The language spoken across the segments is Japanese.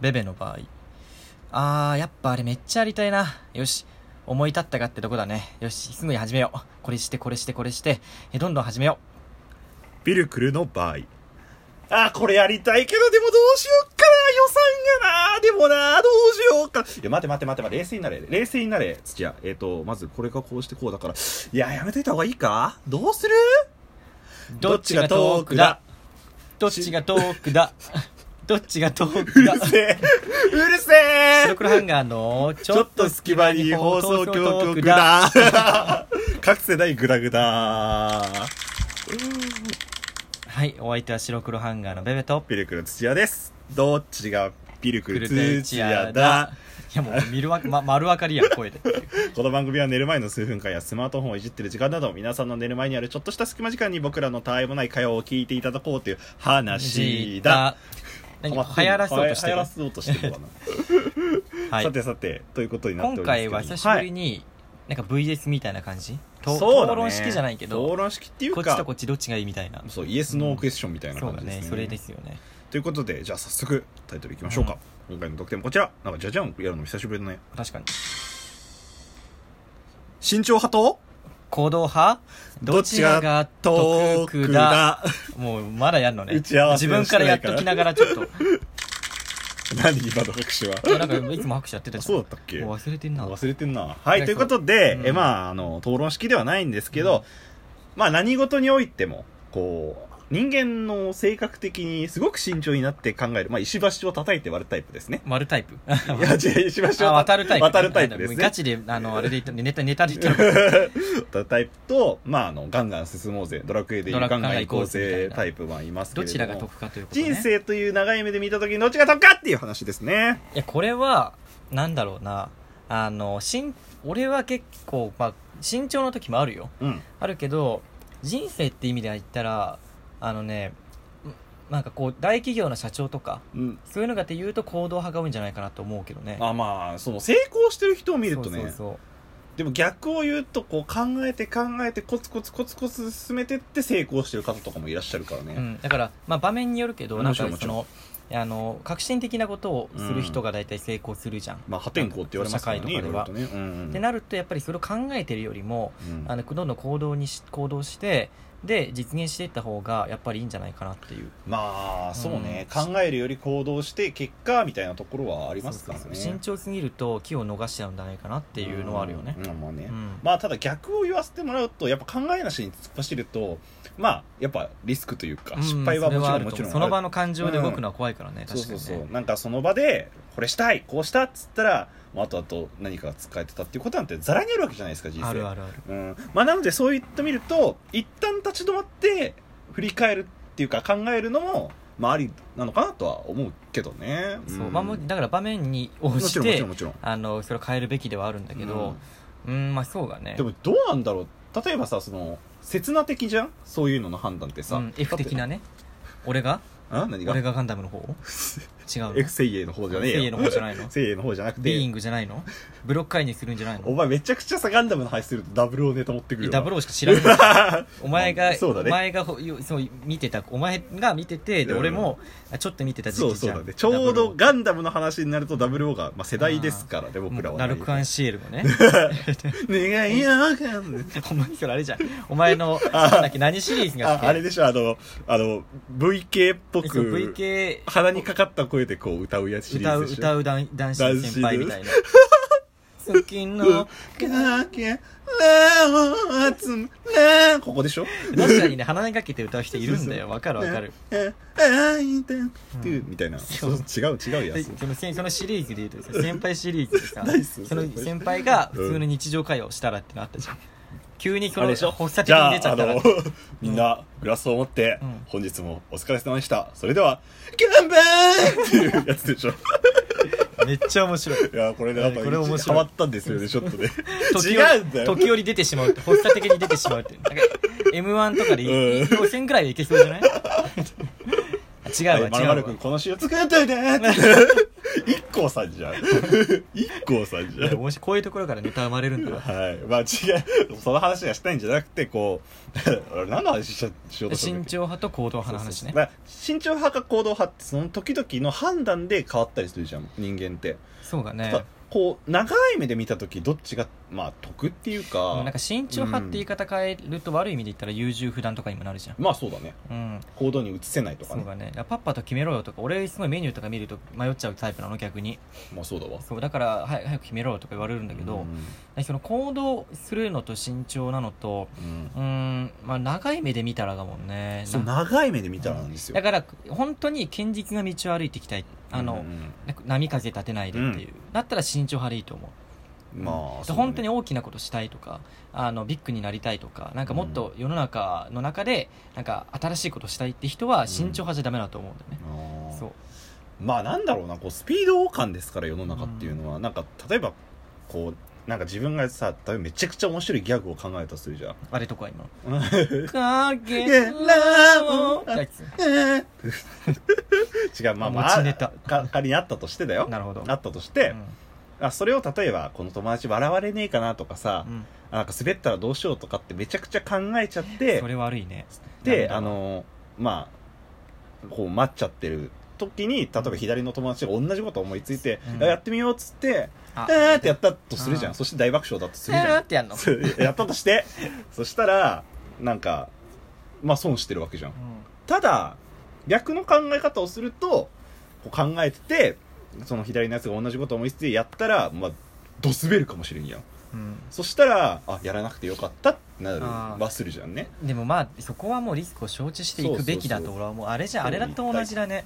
ベベの場合。あー、やっぱあれめっちゃやりたいな。よし。思い立ったかってとこだね。よし、すぐに始めよう。これして、これして、これして、えどんどん始めよビルクルの場合。あー、これやりたいけど、でもどうしよっかな、予算がな、でもな、どうしようか。いや、待て待て待て待て、冷静になれ、冷静になれ、土屋。えっ、と、まずこれがこうしてこうだから。いや、やめといた方がいいかどうするう。どっちが遠くだどっちが遠く だどっちが遠くだうるせえうるせ白え黒ハンガーのちちょょっっとと隙間に放送局をグダ各世代グダグダはい、お相手は白黒ハンガーのベベと、ビルクル土屋です。どっちがビルクくルるてち土や屋だだ。。いやもう見るわ、ま、丸わかりやん、声で。この番組は寝る前の数分間やスマートフォンをいじってる時間など皆さんの寝る前にあるちょっとした隙間時間に僕らのたわいもない会話を聞いていただこうという 話だ。何流流行らせようとして流る行ら。せようとしてるかな、 はいさ。てさてということになってお今りますけ回どもは久しぶりに、に、なんか VS みたいな感じはい討そうだね論式じゃないけ討ど、論式っていうこかっちとこっちどっちがいいみたいな。そうイエス・ノークエスチョンみたいなそう感だじですね,、ね、それですよね。ということでじゃあ早速タイトルいきましょうか、今回の特典こちらなんかじゃじゃんやるの久しぶりだね確かに。慎重派と行動派どちらが得だもうまだやんのね。打ち合わせ自分からやっときながらちょっと。 何今の拍手はいやなんかいつも拍手やってたあじゃんそうだったっけもう忘れてんな。忘れてんなはいねということで、そうえうんまああの討論式ではないんですけど、うんまあ何事においてもこう人間の性格的にすごく慎重になって考える、まあ、石橋を叩いて割るタイプですね丸タイプ。いや違う石橋あを渡るタイプ。渡るタイプですガねチで、あの、あれで言ったネタ、ネタで言ったの。 渡るタイプと、まあ、あのガンガン進もうぜドラクエでいうドラガクエンガン行こうガンガン行こうぜみぜたいなタイプはいますけどれどもちらが得かということね。人生という長い目で見た時にどっちが得かっていう話ですねいや、これは、なんだろうな。あの、しん、俺は結構、まあ、慎重な時もあるよ。うんあるけど、人生って意味では言ったら、あのね、んなんかこう、大企業の社長とか、うんそういうのがって言うと行動派が多いんじゃないかなと思うけどね。あまあその成功してる人を見るとそねうそうそうでも逆を言うとこう考えて考えてコツコツコツコツ進めてって成功してる方とかもいらっしゃるからね、うん、だから、まあ、場面によるけど、うんなんかもちそろんのあの革新的なことをする人が大体成功するじゃん。まあ破天荒って言われますからね社会とかでは色々とねうんうんってなるとやっぱりそれを考えてるよりもうんあのどんどん行動にし行動してで実現していった方がやっぱりいいんじゃないかなっていうまあそうね、考えるより行動して結果みたいなところはありますからねそうそう慎重すぎると気を逃しちゃうんじゃないかなっていうのはあるよねう。んうんまあね、うんまあただ逆を言わせてもらうとやっぱ考えなしに突っ走るとまあやっぱリスクというか失敗はうんもそれちはろあんるもと思ちろうんその場の感情で動くのは怖いからね、そう確かそうにそねう、なんかその場でこれしたいこうしたっつったらあとあと何かが使えてたっていうことなんてざらにあるわけじゃないですか人生あるあるあるうんまあ、なのでそういった見ると一旦立ち止まって振り返るっていうか考えるのも、まあ、ありなのかなとは思うけどねそう、んまあ、もうだから場面に応もじちろんもちてろんもちろんあのそれを変えるべきではあるんだけどうん、まあそうだうねんでもどうなんだろう例えばさその刹那的じゃんそういうのの判断ってさ、うん F 的なね俺があ何が俺がガンダムの 方違うの F セイエの方じゃねえよセイエの方じゃない のセイエの方じゃなくビーイてングじゃないのブロック界にするんじゃないおの前めちゃくちゃさガンダムの話するとダブルをネタ持ってくるダブルルオーしか知ら ないお前が、そうだおね前がほよそう見てたお前が見ててでうん俺もあちょっと見てた時そう期そじゃうんだねちょうどダガンダムの話になると WO が、まあ、世代ですからねブ僕ルらオーはラねルク・アンシエルの ね願いやわかんないお前それあれじゃんお前のなんだっけ何シリーズがあ好きあれでしょあのあの VK っぽそうく VK 鼻にかかった声でこう歌うやつシリ歌ーうズでし歌ょう男男子先輩みた いな好きうんのかけらを集めここでしょ確かにね鼻にかけて歌う人いるんだよわかるわかるね会いたくてうんみたいなそうう違う違うやでつそのせそのシリーズで言うと先輩シリーズで さ何するその先輩先輩が普通の日常会話をしたらってのあったじゃん急にそあのれでしょ発作的じゃにあ出ちゃあったらの みんなグラスを持ってうん本日もお疲れ様でしたそれでは乾杯っていうやつでし ょめっちゃ面白いいやこれねやっぱこれ面白いハマったんです よねちょっとね時折違うんだよ時折出てしまうって発作的に出てしまうってなんか m 1とかでうん5000くらいで いけそうじゃない違うわまるま違るうくわんこの塩作っといてって一光さんじゃ ん一光さんじゃん面白いこういうところからネタ生まれるんだなはいまあ違うその話がしたいんじゃなくてこう 俺何の話しちゃしようとした慎んだっけ重派と行動派の話ねそうそうそうだから慎重派か行動派ってその時々の判断で変わったりするじゃん人間って、そうだたねだこう長い目で見た時どっちがまあ得っていうでかもなんか慎重派って言い方変えると悪い意味で言ったら優柔不断とかにもなるじゃんまあそうだねうん行動に移せないとそかうねだねだからパッパと決めろよとか俺すごいメニューとか見ると迷っちゃうタイプなの逆にまあそうだわそうだから早く早く決めろよとか言われるんだけど、うんその行動するのと慎重なのとうんうーんまあ長い目で見たらだもんねそうな長い目で見たらなんですよだから本当に堅実な道を歩いていきたいあの、うんなんか波風立てないでっていう、だったら慎重派でいいと思うまあで本当にそう大きなことしたいとかあのビッグになりたいとかなんかもっと世の中の中でなんか新しいことしたいって人は慎重派じゃダメだと思うんだよね、だねあーそうまあなんだろうなこうスピード感ですから世の中っていうのは、なんか例えばこうなんか自分がさ例えばめちゃくちゃ面白いギャグを考えたとするじゃんあれとか今のう「ん影ののやつ 違うまあまあ持ちネタか仮にあったとしてだよなるほどあったとしてう、んあそれを例えばこの友達笑われねえかなとかさ、うんあなんか滑ったらどうしようとかってめちゃくちゃ考えちゃってそれ悪いねでなあんだろのまあこう待っちゃってる時に例えば左の友達が同じこと思いついて、うんあやってみようっつってあえーってやったとするじゃあんーそして大爆笑だとすえるじーゃってやんの、ん そうやったとしてそしたらなんかまあ損してるわけじゃんうんただ逆の考え方をするとこう考えててその左のやつが同じこと思いついてやったらまあど滑るかもしれんやんうんそしたらあやらなくてよかったってなるあーはするじゃんねでもまあそこはもうリスクを承知していくべきだそうとそう俺そうはもうあれじゃそあうれだと同じだね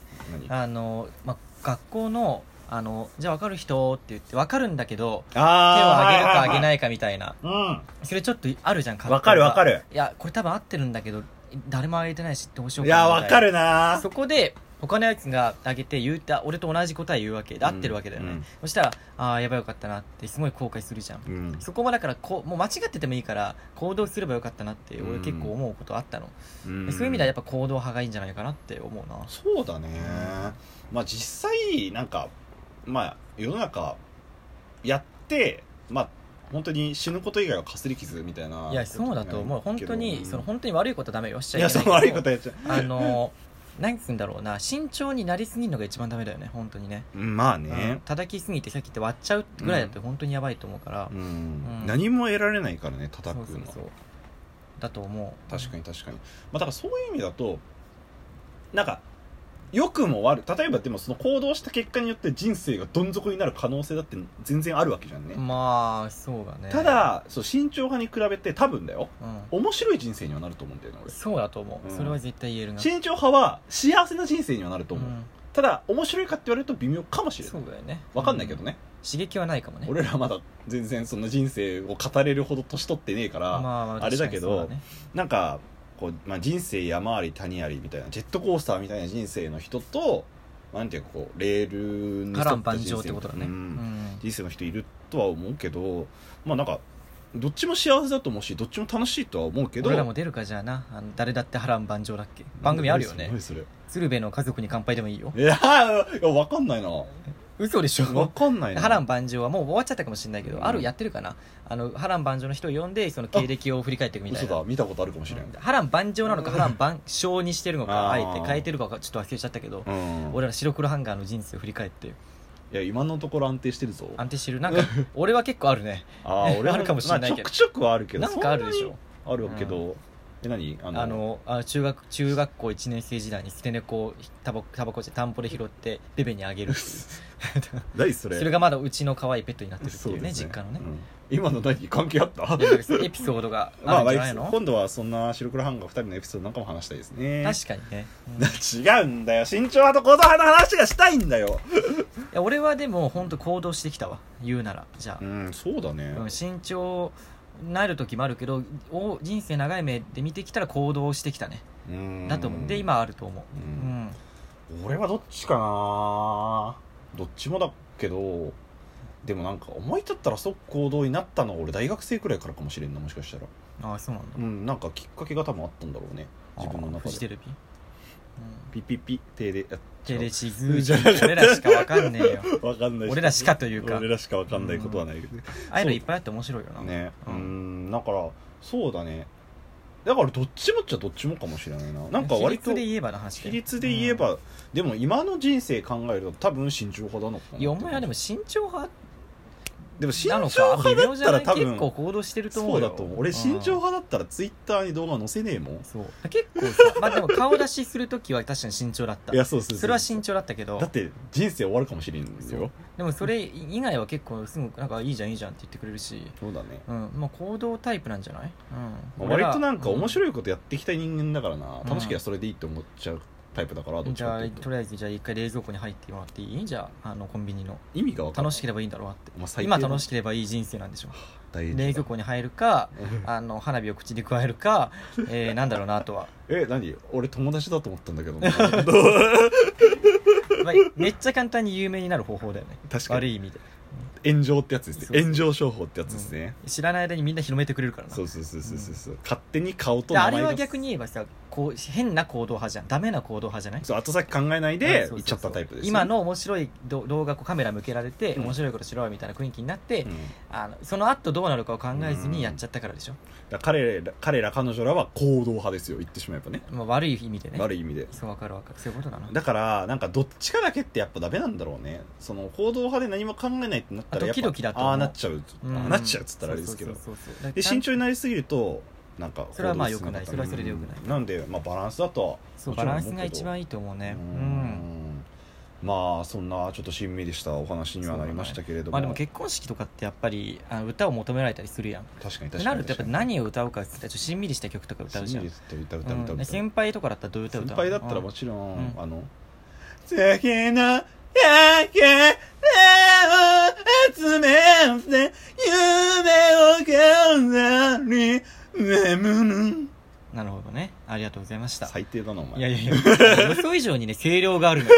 何あの、まあ、学校のあのじゃあ分かる人って言って分かるんだけど手をあ上げるか上げないいかみたいなうんそれちょっとあるじゃんわかるわかるるいやこれ多分合ってるんだけど誰も上げてないしどうしよういかなやみたわかるなそこで他のやつが上げて言うた俺と同じ答え言うわけで合ってるわけだよね、うんうんそしたらああやばいよかったなってすごい後悔するじゃんうんそこもだからこうもう間違っててもいいから行動すればよかったなって俺結構思うことあったの、でそういう意味ではやっぱ行動派がいいんじゃないかなって思うなそうだねまあ実際なんかまあ世の中やってまあ本当に死ぬこと以外はかすり傷みたいないいやそうだと思う本当に、その本当に悪いことはダメよしちいゃいけなやいその悪いことやっちゃうあの何つうんだろうな慎重になりすぎるのが一番ダメだよね本当にねうんまあうんね、叩きすぎてさっき言って割っちゃうぐらいだって本当にやばいと思うから、うんうん何も得られないからね叩くのそうそうそうだと思う確かに確かに、まあ、だからそういう意味だとなんか良くも悪い例えばでもその行動した結果によって人生がどん底になる可能性だって全然あるわけじゃんね、まあそうだねた、だそう慎重派に比べて多分だようん、面白い人生にはなると思うんだよね俺そうだと思う、うんそれは絶対言えるな慎重派は幸せな人生にはなると思う、んただ面白いかって言われると微妙かもしれなそいうだよねわかんないけどね、うん刺激はないかもね俺らまだ全然そんな人生を語れるほど年取ってねえから、まあまあれだけど確かになんかこう、まあ、人生山あり谷ありみたいなジェットコースターみたいな人生の人となんていうかこうレーそうだねルに沿波った乱万丈ってことだねううんん人生の人いるとは思うけどまあなんかどっちも幸せだと思うしどっちも楽しいとは思うけど俺らも出るかじゃあなあの誰だって波乱万丈だっけ番組あるよね何それ鶴瓶の家族に乾杯でもいいよいやーいやわかんな いな嘘でしわょかんないな波乱万丈はもう終わっちゃったかもしれないけど、うんあるやってるかなあの波乱万丈の人を呼んでその経歴を振り返っていくみた嘘いなだ見たことあるかもしれうんん、波乱万丈なのか波乱万象にしてるのかああえーて変えてるのかちょっと忘れちゃったけど、うん、俺ら白黒ハンガーの人生を振り返っていや今のところ安定してるぞ安定してる なんか俺は結構あるねああ俺あるかもしれないけどまあちょくちょくはあるけどなんかあるでしそょんなにあるけど、え何ああのあ中学中学校1年生時代に捨て猫をタバコタバコじゃ田んぼで拾ってベベにあげるっていう何 そそれれがまだうちの可愛いペットになってるってそういでうすね実家のねう、ん今の何関係あったいやなんかそういうエピソードが まああ、るん まじゃないあ、の、今度はそんな白黒ハンガー2人のエピソードなんかも話したいですね確かにね、うんいか違うんだよ身長派と行動派の話がしたいんだよや俺はでも本当行動してきたわ言うならじゃあうんそうだね、うん慎重になる時もあるけどお人生長い目で見てきたら行動してきたねうんだと思うで今あると思うううんん俺はどっちかなどっちもだけどでもなんか思い立ったら即行動になったのは俺大学生くらいからかもしれんなもしかしたらああそうなんだうんなんかきっかけが多分あったんだろうね自分のあー中フジテでレビピッピッピ手でやっテレシうグんじゃなかった俺らしかわかんねえ よわかんない俺らしかというか俺らしかわかんないことはないけどああいうのいっぱいあって面白いよなねううんんだからそうだねだからどっちもっちゃどっちもかもしれないななんか割と比率で言えばな話比率で言えば、でも今の人生考えると多分慎重派なのかないやお前はでも慎重派でも慎な重のか派微だ妙っじゃたならい多結分構行動してると思そううよだと思う俺ん慎重派だったらツイッターに動画載せねえもんそう結構さまあでも顔出しするときは確かに慎重だったいやそうそううそれは慎重だったけどだって人生終わるかもしれんのよでもそれ以外は結構すぐなんかいいじゃんいいじゃんって言ってくれるしそうだねうんまあ行動タイプなんじゃないうん割となんか面い白いことやっていきたい人間だからな、うん楽しければそれでいいって思っちゃうタイプだからどっちじかゃっあていうととりあえずじゃあ一回冷蔵庫に入ってもらっていいじゃああのコンビニの意味が分かんな楽いしければいいんだろうってお前最低今だ楽しければいい人生なんでしょ大変だ冷蔵庫に入るかあの花火を口に加える か、えー、なんだろうなあとは、え何俺友達だと思ったんだけどまあ、めっちゃ簡単に有名になる方法だよね確かに 悪い意味で炎上ってやつですそうそねう炎上商法ってやつですね、知らない間にみんな広めてくれるからなそうそうそうそうそうそう勝手に顔とであ名れ前はが逆に言えばさこう変な行動派じゃんダメな行動派じゃないそう後先考えないうんでそうそうそう行っちゃったタイプですね今、の面白いど動画こうカメラ向けられて、うん面白いことしろよみたいな雰囲気になって、うんあのその後どうなるかを考えずにやっちゃったからでしょ、だから彼ら彼ら彼女らは行動派ですよ言ってしまえばねまあ、悪い意味でね悪い意味でそう分かる分かるそういうことなのだからなんかどっちかだけってやっぱダメなんだろうねその行動派で何も考えないってなったらやっぱあドキドキだと思うああなっちゃうあうんあなっちゃうっつったらあれですけどそうそうそうそうで慎重になりすぎるとなんかそれはまあ良行動くないしそれはそれで良くないうんなんでまあバランスだとはそうもバちろんラン思うスけどが一番いいと思うねううんんまあそんなちょっとしんみりしたお話にはなりましたけれどもまあでも結婚式とかってやっぱりあの歌を求められたりするやんっ確かにて確なかにるとやっぱ何を歌うかって言ったらちょっとしんみりした曲とか歌歌ううじじゃゃんん歌う歌う歌う歌ううん歌でう先輩とかだったらどういう歌歌う先の輩だったらうんもちろん、うんあの「だけのだけを集めて夢を飾り眠るなるほどねありがとうございま」した最低だなお前 いやいやいや予想以上にね声量があるのよ